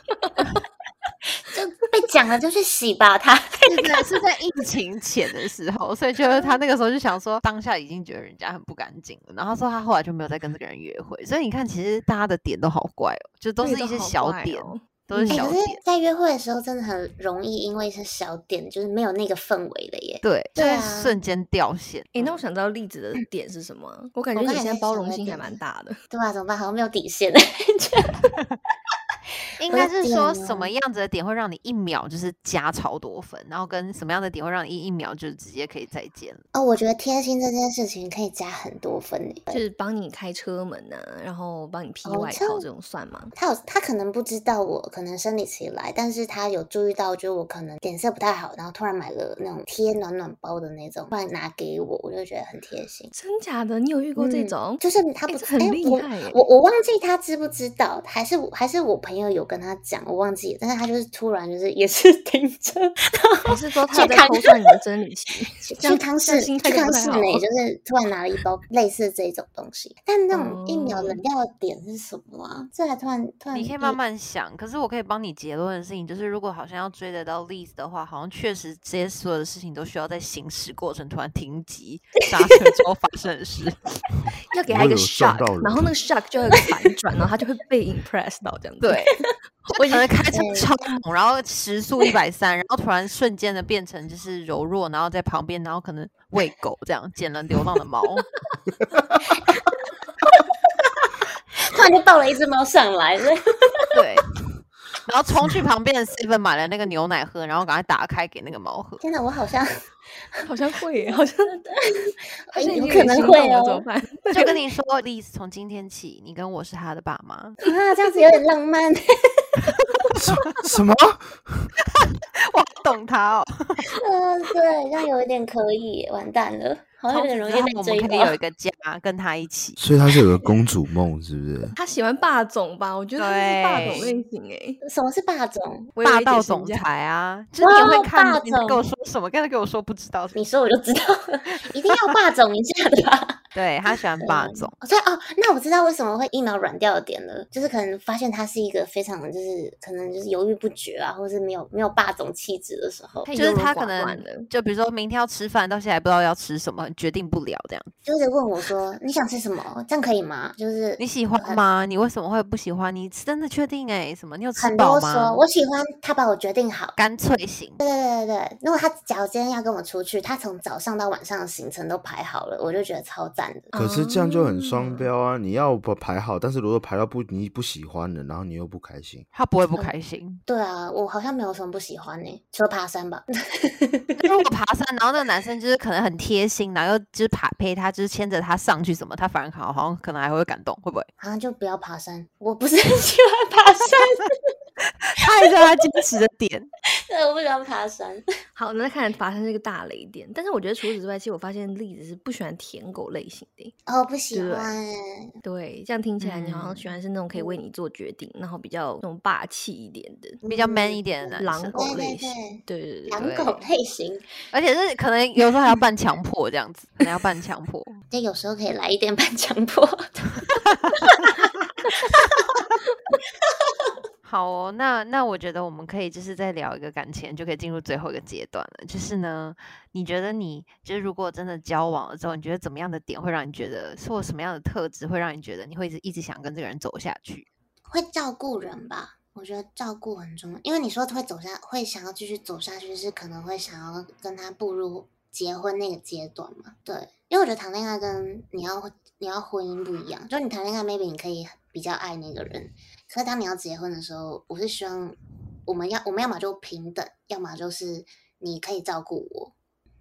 就被讲了就去洗 吧，他
是在是 在疫情前的时候，所以
嗯
就是他那个时候就想说，当下已经觉得人家很不干净了。然后他说他后来就没有再跟这个人约会。所以你看，其实大家的点都好怪哦，就都
对
是一些
好
小
怪
点，
哦
都是
嗯
哎、
小
可
点。
是，在约会的时候真的很容易，因为是小点，就是没有那个氛围了耶。
对，就
对
会
啊
瞬间掉线。
诶，那我
嗯
想知道栗子的点是什么啊？我感觉
我
你
刚才
现在
在
包
想
容
那
性还
点
蛮大的。
对吧、怎么办？好像没有底线。
应
我
该
的
是
啊
说
点
什么样子的点会让你一秒就是加超多分，然后跟什么样的点会让你一一秒就直接可以再见了。
哦，我觉得贴心这件事情可以加很多分耶。
就是帮你开车门呐、然后帮你披
哦
外
这
套
样
这种算吗？
他有他可能不知道我可能生理期来，但是他有注意到，就是我可能脸色不太好，然后突然买了那种贴暖暖包的那种，突然拿给我，我就觉得很贴心。
真假的？你有遇过这
嗯
种？
就是他
诶
不
这
知
很
诶
厉
我
害耶
我我忘记他知不知道，还是我还是我朋友有跟他讲，我忘记了，但是他就是突然就是也是 停车，
还是说他有
去
在
看
偷算你的生理期？
去
这样
去康
这样
室
心态
去
就不
康
太
室
好
内，就是突然拿了一包类似这种东西，但那种一秒
哦
冷掉的点是什么啊？这还突然突然
你可以
一
慢慢想，可是我可以帮你结论的事情就是，如果好像要追得到例子的话，好像确实这些所有的事情都需要在行驶过程突然停 急刹车之后发生的 事。
要 给
我
他一
以
个
为我撞
shock，
到
然后
人
那个 shock 就要有一个反转，然后他就会被 impress 到这样子。
对，我可能开车
对
超猛，然后时速一百三，然后突然瞬间的变成就是柔弱，然后在旁边，然后可能喂狗这样，捡了流浪的猫。
突然就抱了一只猫上来 了。
对，然后冲去旁边的 seven 买了那个牛奶喝，然后赶快打开给那个猫喝。
天哪，我好像
好像会耶， 好像好像已
哎有
经
可
点
能
心
会
动了怎么
哦
办？
就跟你说，Liz，从今天起，你跟我是他的爸妈。
啊，这样子有点浪漫。
什什么？
我懂他哦。
嗯，对，这样有一点可以耶，完蛋了，好像
从
有点
此
容
之
易
后
被
我
追
们可以
到
有一。个家跟他一 起。
所以他是有个公主梦，是不是？
他喜欢霸总吧？我觉得他就是霸总类型哎，
什么是霸总？
我以
霸
为解
道
释
总
一下
裁 啊，就是你也
哇
会看
霸
的，你在跟我
总
说什么？刚才跟我说不知道是不
你
是，
说我就知道了，一定要霸总一下的吧？
对他喜欢霸总，
哦对哦，那我知道为什么会一秒软掉的点了，就是可能发现他是一个非常就是可能就是犹豫不决啊，或是没有没有霸总气质的时候，
太
就是
优柔
他可
寡断了
能就比如说明天要吃饭，到现在还不知道要吃什么，决定不了这样。
就是问我说你想吃什么，这样可以吗？就是
你喜
很
欢吗？你为什么会不喜欢？你真的确定哎、什么？你有吃
很
饱
啰
吗
嗦，？我喜欢他把我决定好。
干脆型，
对对对对，如果他假如今天要跟我出去，他从早上到晚上的行程都排好了，我就觉得超赞的。
可是这样就很双
啊
标啊！你要不排好，但是如果排到不你不喜欢的，然后你又不开心，
他不会不开心。
对啊，我好像没有什么不喜欢呢、除了爬山吧。
如果爬山，然后那个男生就是可能很贴心，然后又就是爬陪他，就是牵着他上去什么，他反而好好像可能还会感动，会不会？
好像就不要爬山，我不是 很喜欢爬山，
他也是他坚持的点。
对，我不喜欢爬山。
好，那看来爬山是一个大雷点，但是我觉得除此之外，其实我发现栗子是不喜欢舔狗类型的。
哦，不喜
对
欢欸
对，这样听起来你好像喜
嗯
欢是那种可以为你做决定，然后比较那种霸气一点的
比较 man
嗯
一点的男
狼
生
狗
对对
类
对
型。对对对，
狼
对
狗类型，
而且是可能有时候还要扮强迫这样子，可能要扮强迫。
但有时候可以来一点半强迫。
好哦，那那我觉得我们可以就是再聊一个感情，就可以进入最后一个阶段了。就是呢，你觉得你就是如果真的交往了之后，你觉得怎么样的点会让你觉得，或什么样的特质会让你觉得你会一直一直想跟这个人走下去？
会照顾人吧。我觉得照顾很重要，因为你说会走下，会想要继续走下去，是可能会想要跟他步入结婚那个阶段嘛？对，因为我觉得谈恋爱跟你要你要婚姻不一样，就你谈恋爱，maybe 你可以比较爱那个人，可是当你要结婚的时候，我是希望我们要我们要么就平等，要么就是你可以照顾我，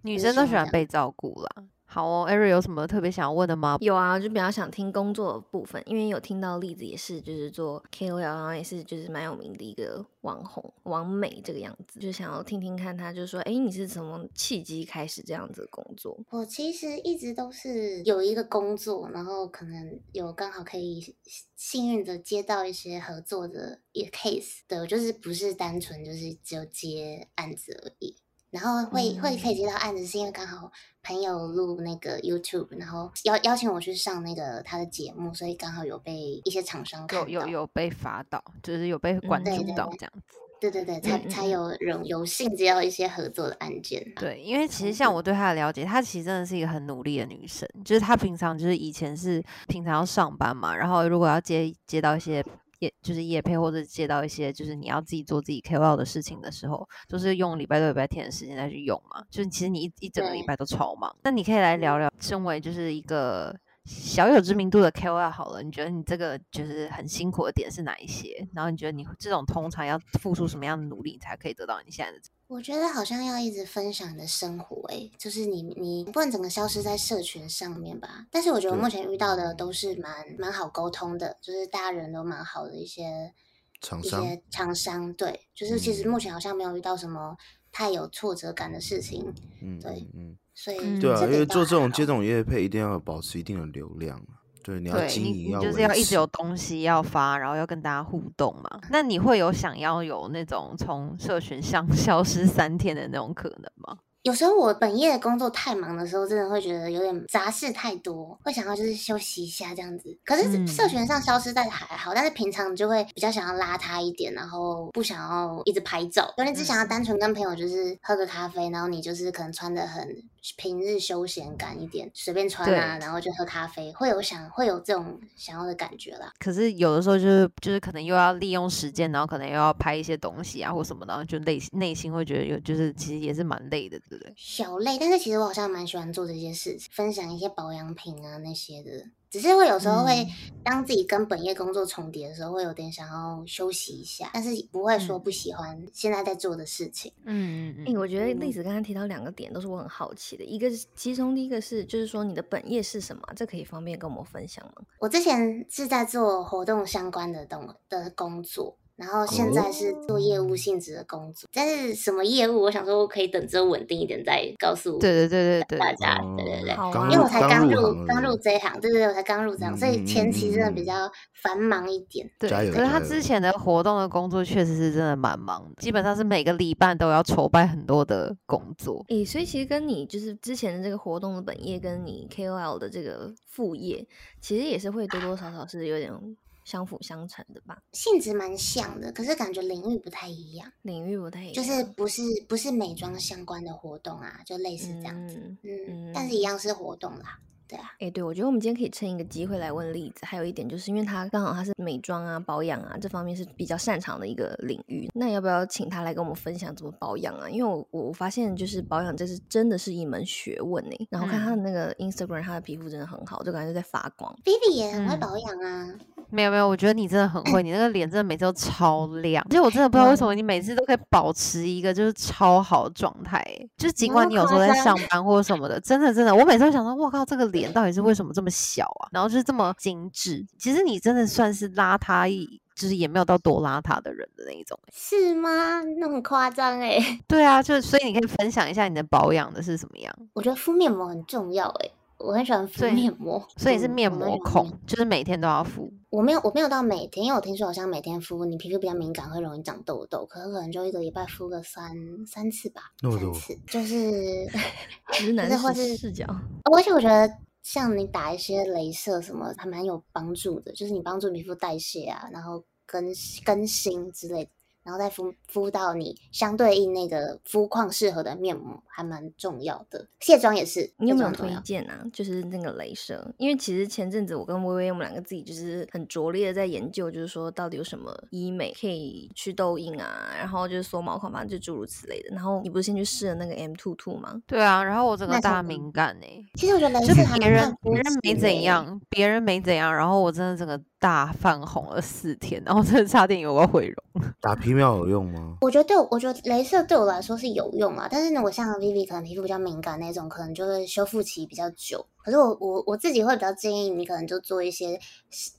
女
我是
生都
想
喜
要
欢
这
被
样
照顾啦。好哦，Ari 有什么特别想要问的吗？
有啊，就比较想听工作的部分，因为有听到例子也是，就是做 KOL，然后也是就是蛮有名的一个网红王美这个样子，就想要听听看她就说，哎，你是什么契机开始这样子的工作？
我其实一直都是有一个工作，然后可能有刚好可以幸幸运的接到一些合作的一个 case，对我就是不是单纯就是只有接案子而已。然后会、会可以接到案子，是因为刚好朋友录那个 YouTube，然后邀邀请我去上那个他的节目，所以刚好有被一些厂商看
有
到。
有有被罚到，就是有被关
对
注
对
到
对
这样子。
对对对，才
嗯嗯
才
嗯
有人有幸接到一些合作的案件。啊
对，因为其实像我对她的了解，她其实真的是一个很努力的女生。就是她平常就是以前是平常要上班嘛，然后如果要接接到一些业就是业配或者接到一些就是你要自己做自己 KOL 的事情的时候，就是用礼拜六、礼拜天的时间再去用嘛。就是其实你一一整个礼
对
拜都超忙。那你可以来聊聊，身为就是一个小有知名度的 KOL 好了，你觉得你这个就是很辛苦的点是哪一些？然后你觉得你这种通常要付出什么样的努力，你才可以得到你现在的？
我觉得好像要一直分享你的生活、欸，就是你你不能整个消失在社群上面吧。但是我觉得我
对
目前遇到的都是蛮蛮好沟通的，就是大家人都蛮好的一些
厂
一
商
些厂商，对，就是其实
嗯
目前好像没有遇到什么太有挫折感的事情，
嗯
对
嗯嗯，
所以
嗯
对啊，
这
因
个
为
倒
做这种
还
接
好
种业配，一定要保持一定的流量啊。对，你要
对
经
你，
营，
你就是
维
要一直
持
有东西要发，然后要跟大家互动嘛。那你会有想要有那种从社群上 消失三天的那种可能吗？
有时候我本业工作太忙的时候，真的会觉得有点杂事太多，会想要就是休息一下这样子。可是
嗯
社群上消失在还好，但是平常就会比较想要邋遢一点，然后不想要一直拍照，有点只
嗯
想要单纯跟朋友就是喝个咖啡，然后你就是可能穿的很平日休闲感一点，随便穿啊，然后就喝咖啡，会有想会有这种想要的感觉啦。
可是有的时候就是就是可能又要利用时间，然后可能又要拍一些东西啊或什么的，然后就内内心会觉得有就是其实也是蛮累的，对不对？
小累，但是其实我好像蛮喜欢做这些事情，分享一些保养品啊那些的。只是会有时候
嗯
会，当自己跟本业工作重叠的时候，会有点想要休息一下，但是不会说
嗯
不喜欢现在在做的事情。
嗯嗯
哎、我觉得栗
嗯
子刚刚提到两个点都是我很好奇的，一个是其中第一个是就是说你的本业是什么啊？这可以方便跟我们分享吗？
我之前是在做活动相关的东的工作，然后现在是做业
哦
务性质的工作，但是什么业务，我想说我可以等之后稳定一点再告诉
对对对对哦
大
对，
家，对对对。
好
哦刚
啊
因为我才刚
入
入刚入这一行，对对，对我才刚入这行，所以
嗯
前期真的
嗯嗯
比
嗯
较繁忙一点。
对，
加油
可是
加
他
油
之前的活动的工作确实是真的蛮忙的，基本上是每个礼拜都要筹办很多的工作。
诶，所以其实跟你就是之前的这个活动的本业，跟你 KOL 的这个副业，其实也是会多多少少是有点相辅相成的吧，
性质蛮像的，可是感觉领域不太一样，
领域不太一样，
就是不是不是美妆相关的活动啊，就类似这样子，
嗯
嗯，
嗯
但是一样是活动啦，对啊，
哎、对，我觉得我们今天可以趁一个机会来问栗子。还有一点就是，因为她刚好她是美妆啊、保养啊这方面是比较擅长的一个领域，那要不要请她来跟我们分享怎么保养啊？因为我我发现就是保养这是真的是一门学问呢、欸然后看她的那个 Instagram，她的皮肤真的很好，就感觉在发光。
b b 也很会
嗯
保养啊，
没有没有，我觉得你真的很会，你那个脸真的每次都超
嗯
亮，就我真的不知道为什么你每次都可以保持一个就是超好的状态欸，就是尽
有
管
那
你
么
有时候
夸
在
张
上班或者什么的，真的真的，我每次都想说，我靠，这个脸到底是为什么这么小啊，然后就是这么精致，其实你真的算是邋遢一。就是也没有到多邋遢的人的那一种欸，
是吗？那很夸张哎，
对啊，就所以你可以分享一下你的保养的是什么样，
我觉得敷面膜很重要哎、我很喜欢敷
对
面膜，
所 以是
嗯
面
我很
膜
喜欢敷面
控，就是每天都要敷，
我没有我没有到每天，因为我听说好像每天敷你皮肤比较敏感，会容易长痘痘，可能可能就一个礼拜敷个三三次吧，
那么
三
多
次就是。
直男
是或
视
是
视角，
而且我觉得像你打一些镭射什么，还蛮有帮助的，就是你帮助皮肤代谢啊，然后更更新之类的，然后再敷敷到你相对应那个肤况适合的面膜，还蛮重要的。卸妆也是，
你有没有
卸妆重
推
要
荐啊？就是那个镭射，因为其实前阵子我跟微微我们两个自己就是很拙劣的在研究，就是说到底有什么医美可以去痘印啊，然后就是缩毛孔嘛，就诸如此类的。然后你不是先去试了那个 M two two 吗？
对啊，然后我整个
那
大
种
敏感哎、
其实我觉得镭
就
射还
别
蛮
人
看肤
别人没
质
怎
欸，
样，别人没怎样，然后我真的整个大泛红了四天，然后真的差点有个 毁容。
打皮秒有用吗？
我觉得对我，我觉得镭射对我来说是有用啊，但是呢，我像 Vivi 可能皮肤比较敏感那种，可能就会修复期比较久。可是我我我自己会比较建议你，可能就做一些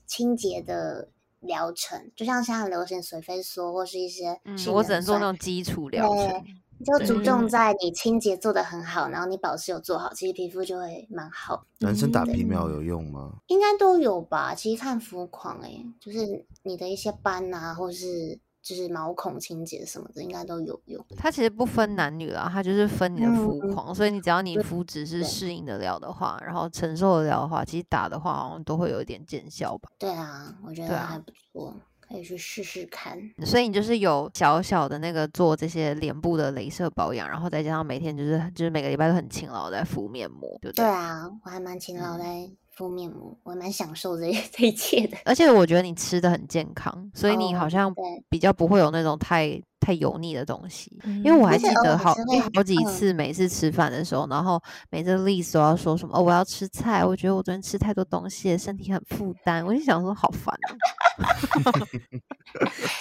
清洁的疗程，就像现在流行水飞梭或是一些
嗯
杏
我
仁
只能做
酸
那种基础疗
对
程。
就
对
注
嗯
重在你清洁做得很好，然后你保湿有做好，其实皮肤就会蛮好，
男生打皮秒
嗯
有用吗？
应该都有吧。其实看肤况诶、就是你的一些斑啊，或是就是毛孔清洁什么的，应该都有用。
它其实不分男女啦，它就是分你的
嗯
肤
嗯
况，所以你只要你
对
肤质是
对
适应得了的话，然后承受得了的话，其实打的话好像都会有一点见效吧。
对啊，我觉
对
得
啊
还不错，可以去试试看。
所以你就是有小小的那个做这些脸部的镭射保养，然后再加上每天就是就是每个礼拜都很勤劳地在敷面膜，对不
对
对
啊，我还蛮勤劳在敷面膜，我还蛮享受这这一 切的。
而且我觉得你吃的很健康，所以你
哦
好像
对
比较不会有那种太太油腻的东西。
因
因为我还
而
记
且偶
得
尔
好
吃
有
会
好几
嗯
次，每次吃饭的时候，然后每次 Liz 都要说什么哦，我要吃菜，我觉得我昨天吃太多东西了，身体很负担。我就想说好烦哦、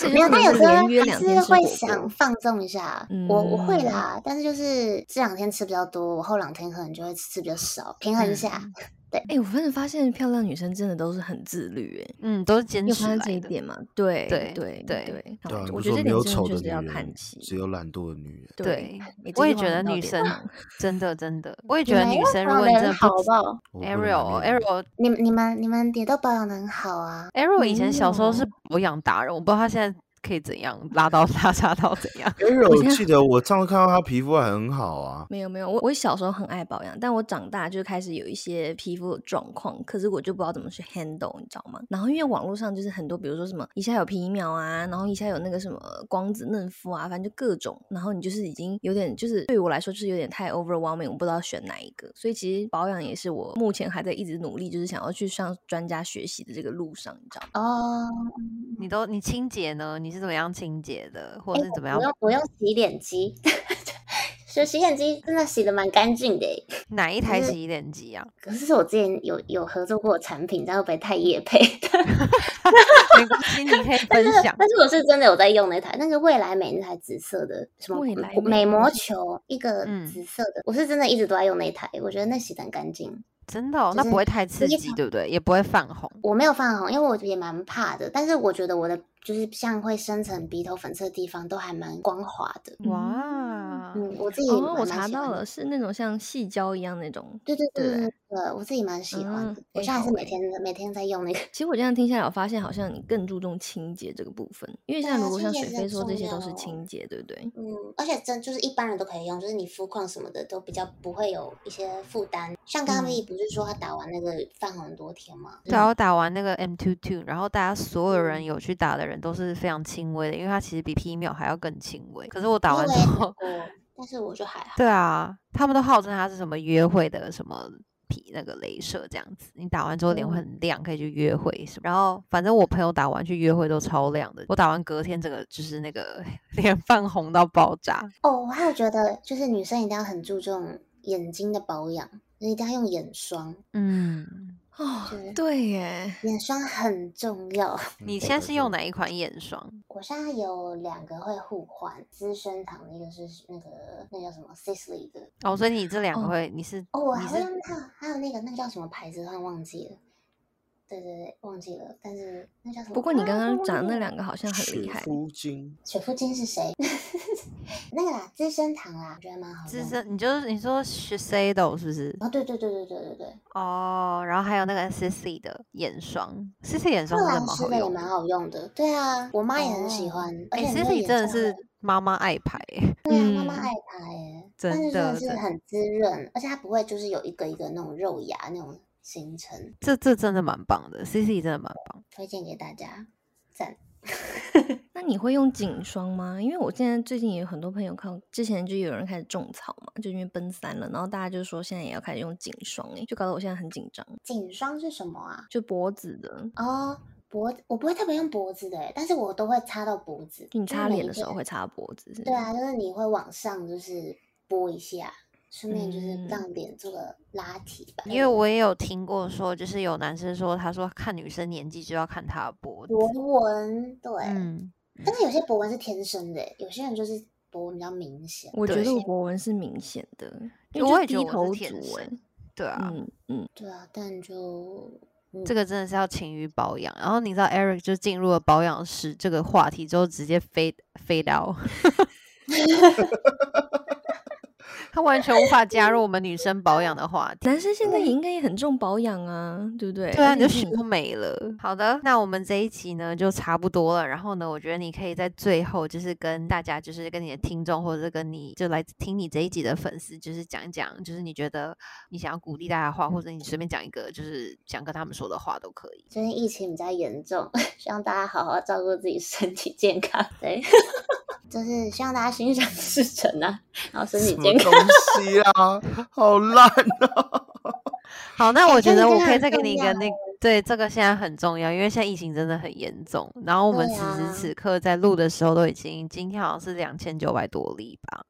这
没有，
他
但有时候
连约
还
两
是
天吃
会
火
想
锅，
放纵一下。我我会
嗯
啦，但是就是这两天吃比较多，我后两天可能就会吃比较少，平衡一下。
嗯
哎、我真的发现漂亮女生真的都是很自律、欸，
嗯，都是坚
你有
持
发现这
来
一
的。
点吗？对
对
对
对
对，
对啊，
好
你
我
不
觉得这
是说没
点
有
真的
丑
就
的
是
女
要看
人，
齐，
只有懒惰的女人。
对
哎这
我
句
也
话
觉
很
得
到
女
点
生
上
真的真的，我也
你
觉得
们
女
都
生
保
如果你
养
真
得
的
很
不
好
知
不好？
我不能拿
，Ariel
捏
Ariel
你们你们你们也都保养的很好啊。
Arrow 以
没
前小时候是
有
保养达人，我不知道他现在可以怎样拉到拉差到怎样。
Ariel，
我
我
现在
记得我上次看到她皮肤还很好啊。
没有没有，我我小时候很爱保养，但我长大就开始有一些皮肤的状况，可是我就不知道怎么去 handle，你知道吗？然后因为网络上就是很多，比如说什么一下有皮秒啊，然后一下有那个什么光子嫩肤啊，反正就各种，然后你就是已经有点就是对我来说就是有点太 overwhelming，我不知道选哪一个，所以其实保养也是我目前还在一直努力，就是想要去向专家学习的这个路上，你知道吗？
哦，
你都你清洁呢？你是怎么样清洁的，或
哎
者是怎么样
我用我用洗脸机， 就洗脸机真的洗的蛮干净的欸。
哪一台
是
洗脸机 啊？
可是我之前有有合作过的产品，但会不会太夜配？
没关系，你可以分享。
但是我是真的有在用那台，那个未来美那台紫色的什么
未来美
美
我
魔
是
球，一个
嗯
紫色的，我是真的一直都在用那台，我觉得那洗得很干净。
真的、哦，
就
那不
是
会太刺
接
激，
上
对不对？也不会泛红。
我没有泛红，因为我也蛮怕的，但是我觉得我的就是像会生成鼻头粉刺的地方都还蛮光滑的。
哇，
嗯，我自己
哦，我
蛮
查
喜欢
到
的
了，是那种像细胶一样那种。
对对对
对
对对，对我自己蛮喜欢
嗯
的。我
哎
现在还
好
是每
哎
天每天在用那个。
其实我这样听下来，我发现好像你更注重清洁这个部分，因为
对
像
啊
如果
清
像
洁
水
是很
飞说这
重
些都
要
是
哦
清洁，对不对？
嗯，而且真就是一般人都可以用，就是你肤况什么的都比较不会有一些负担。像刚刚
嗯
丽不是说她打完那个泛红多天吗？
对啊，我打完那个 M two two，然后大家所有人
嗯
有去打的人都是非常轻微的，因为它其实比 P 秒还要更轻微。可是我打
因为
完
我
之
也打
后，
过，但是我就还好。
对啊，他们都号称它是什么约会的什么皮那个镭射这样子，你打完之后脸会
哦
很亮，可以去约会什么。然后反正我朋友打完去约会都超亮的，我打完隔天整个就是那个 脸泛红到爆炸。
哦，我还有觉得就是女生一定要很注重眼睛的保养，就一定要用眼霜，
嗯，
哦
对，
对耶，
眼霜很重要。
你
嗯
现在是用？
我觉得
哪一款眼霜？
我现在有两个会互换，资生堂的一个是那个那叫什么 Sisley 的，
哦，所以你这两个
哦
会，你是
哦，我还
你
会
是
用它，还有那个那个叫什么牌子，突然忘记了。对对对，忘记了，但是那叫什么？
不过你
啊
刚
对
刚
忘
讲
记
那
了
两个好像很厉
雪
害，
肤精，
水夫精是谁？ 那个啦，资生堂啦，我觉得蛮好用
资
的。
深？你就是你说 Shiseido 是不是？
哦，对对对对对对对，
哦，然后还有那个 Sissy 的眼霜，Sissy 眼霜
后
真
来
的
我
蛮
吃
好
啊的也
用
蛮好用的。对啊，我妈也很喜
哦
欢，而
哎
且那个
，Sissy
眼
真的
霜
是
的
妈妈爱牌欸，
对啊，妈妈
嗯
爱拍欸，
真
但是真
的
的是
真
很滋润，而且它不会就是有一个一个那种肉芽那种形成，
这这真的蛮棒的，Sissy 真的蛮棒。
推荐给大家，赞。
那你会用颈霜吗？因为我现在最近也有很多朋友看，之前就有人开始种草嘛，就因为奔三了，然后大家就说现在也要开始用颈霜、欸，就搞得我现在很紧张，
嗯
颈霜是什么啊？
就脖子的，
哦，脖子我不会特别用脖子的欸，但是我都会擦到脖子。
就你
就是
擦
啊每
脸
一
的时
个
候会擦脖子，是不
对
是
啊，，就是你会往上就是拨一下，顺便就是
嗯
让脸做个拉提吧。
因为我也有听过说，就是有男生说，他说看女生年纪就要看她的脖子。
博纹，对，
嗯，
但是有些博纹是天生的欸，有些人就是博纹比较明显。
我觉
对
得我脖纹是明显的，因
我
为
也觉
就低
得我是
头
天
族、欸
生，对
哎
啊，
嗯嗯，
对啊，但就
这个真的是要勤于保养。然后你知道 Eric 就进入了保养室这个话题之后，直接飞飞到， 他完全无法加入我们女生保养的话题。
男生现在也应该也很重保养啊，对不对？
嗯对啊，
而且
你就学都没了。好的，那我们这一期呢就差不多了。然后呢，我觉得你可以在最后就是跟大家，就是跟你的听众，或者是跟你就来听你这一集的粉丝，就是讲一讲，就是你觉得你想要鼓励大家的话，或者你随便讲一个，就是想跟他们说的话都可以。
最近疫情比较严重， 希望大家好好照顾自己身体健康。对， 就是希望大家心想事成啊，然后身体
什么
健康
东。西啊，好烂啊！
好，那我
哎
觉
这个
得我
真的
可以
很
再给
重
你一个
要欸
那对这个现在很重要，因为现在疫情真的很严重。然后我们
对
此时
啊
此刻在录的时候都已经今天好像是两千九百多例吧，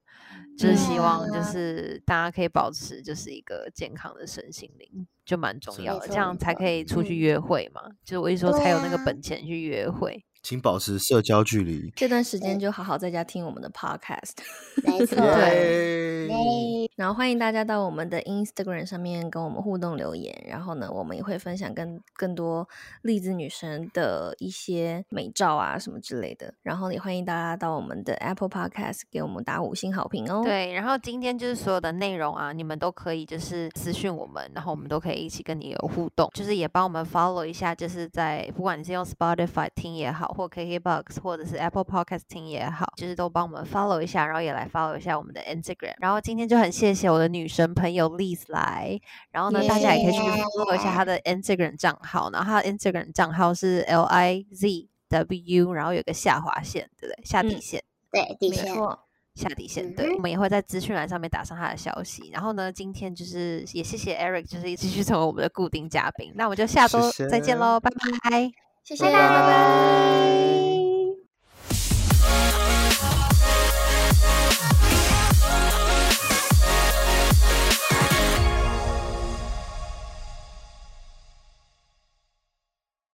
就是
对
希望就
啊
是大家可以保持就是一个健康的身心灵，就蛮重
是
要
没
的，
错
这样
没
才
错
可以出去
嗯
约会嘛。就是我一说才有那个
对啊
本钱去约会。
请保持社交距离。
这段时
嗯
间就好好在家听我们的 podcast。
没
嗯
错，啊
对
耶
然后欢迎大家到我们的 Instagram 上面跟我们互动留言，然后呢，我们也会分享更更多栗子女神的一些美照啊什么之类的。然后也欢迎大家到我们的 Apple Podcast 给我们打五星好评哦。，
对，然后今天就是所有的内容啊，你们都可以就是私讯我们，然后我们都可以一起跟你有互动，就是也帮我们 follow 一下，就是在不管你是用 Spotify 听也好，或 KKBox 或者是 Apple Podcast 听也好，就是都帮我们 follow 一下，然后也来 follow 一下我们的 Instagram。然后今天就很谢谢我的女神朋友 Liz 来，然后呢，大家也可以去 follow 一下她的 Instagram 账号，然后她的 Instagram 账号是 L I Z。W，然后有个下划线，对不对？下底
嗯
线，
对，底
没
线，
错，
下底线，
嗯
对，我们也会在资讯栏上面打上他的消息。然后呢，今天就是也谢谢 Eric，就是继续成为我们的固定嘉宾。那我们就下
谢
周再
谢
见喽，拜拜。
谢谢，
拜
拜拜。
拜。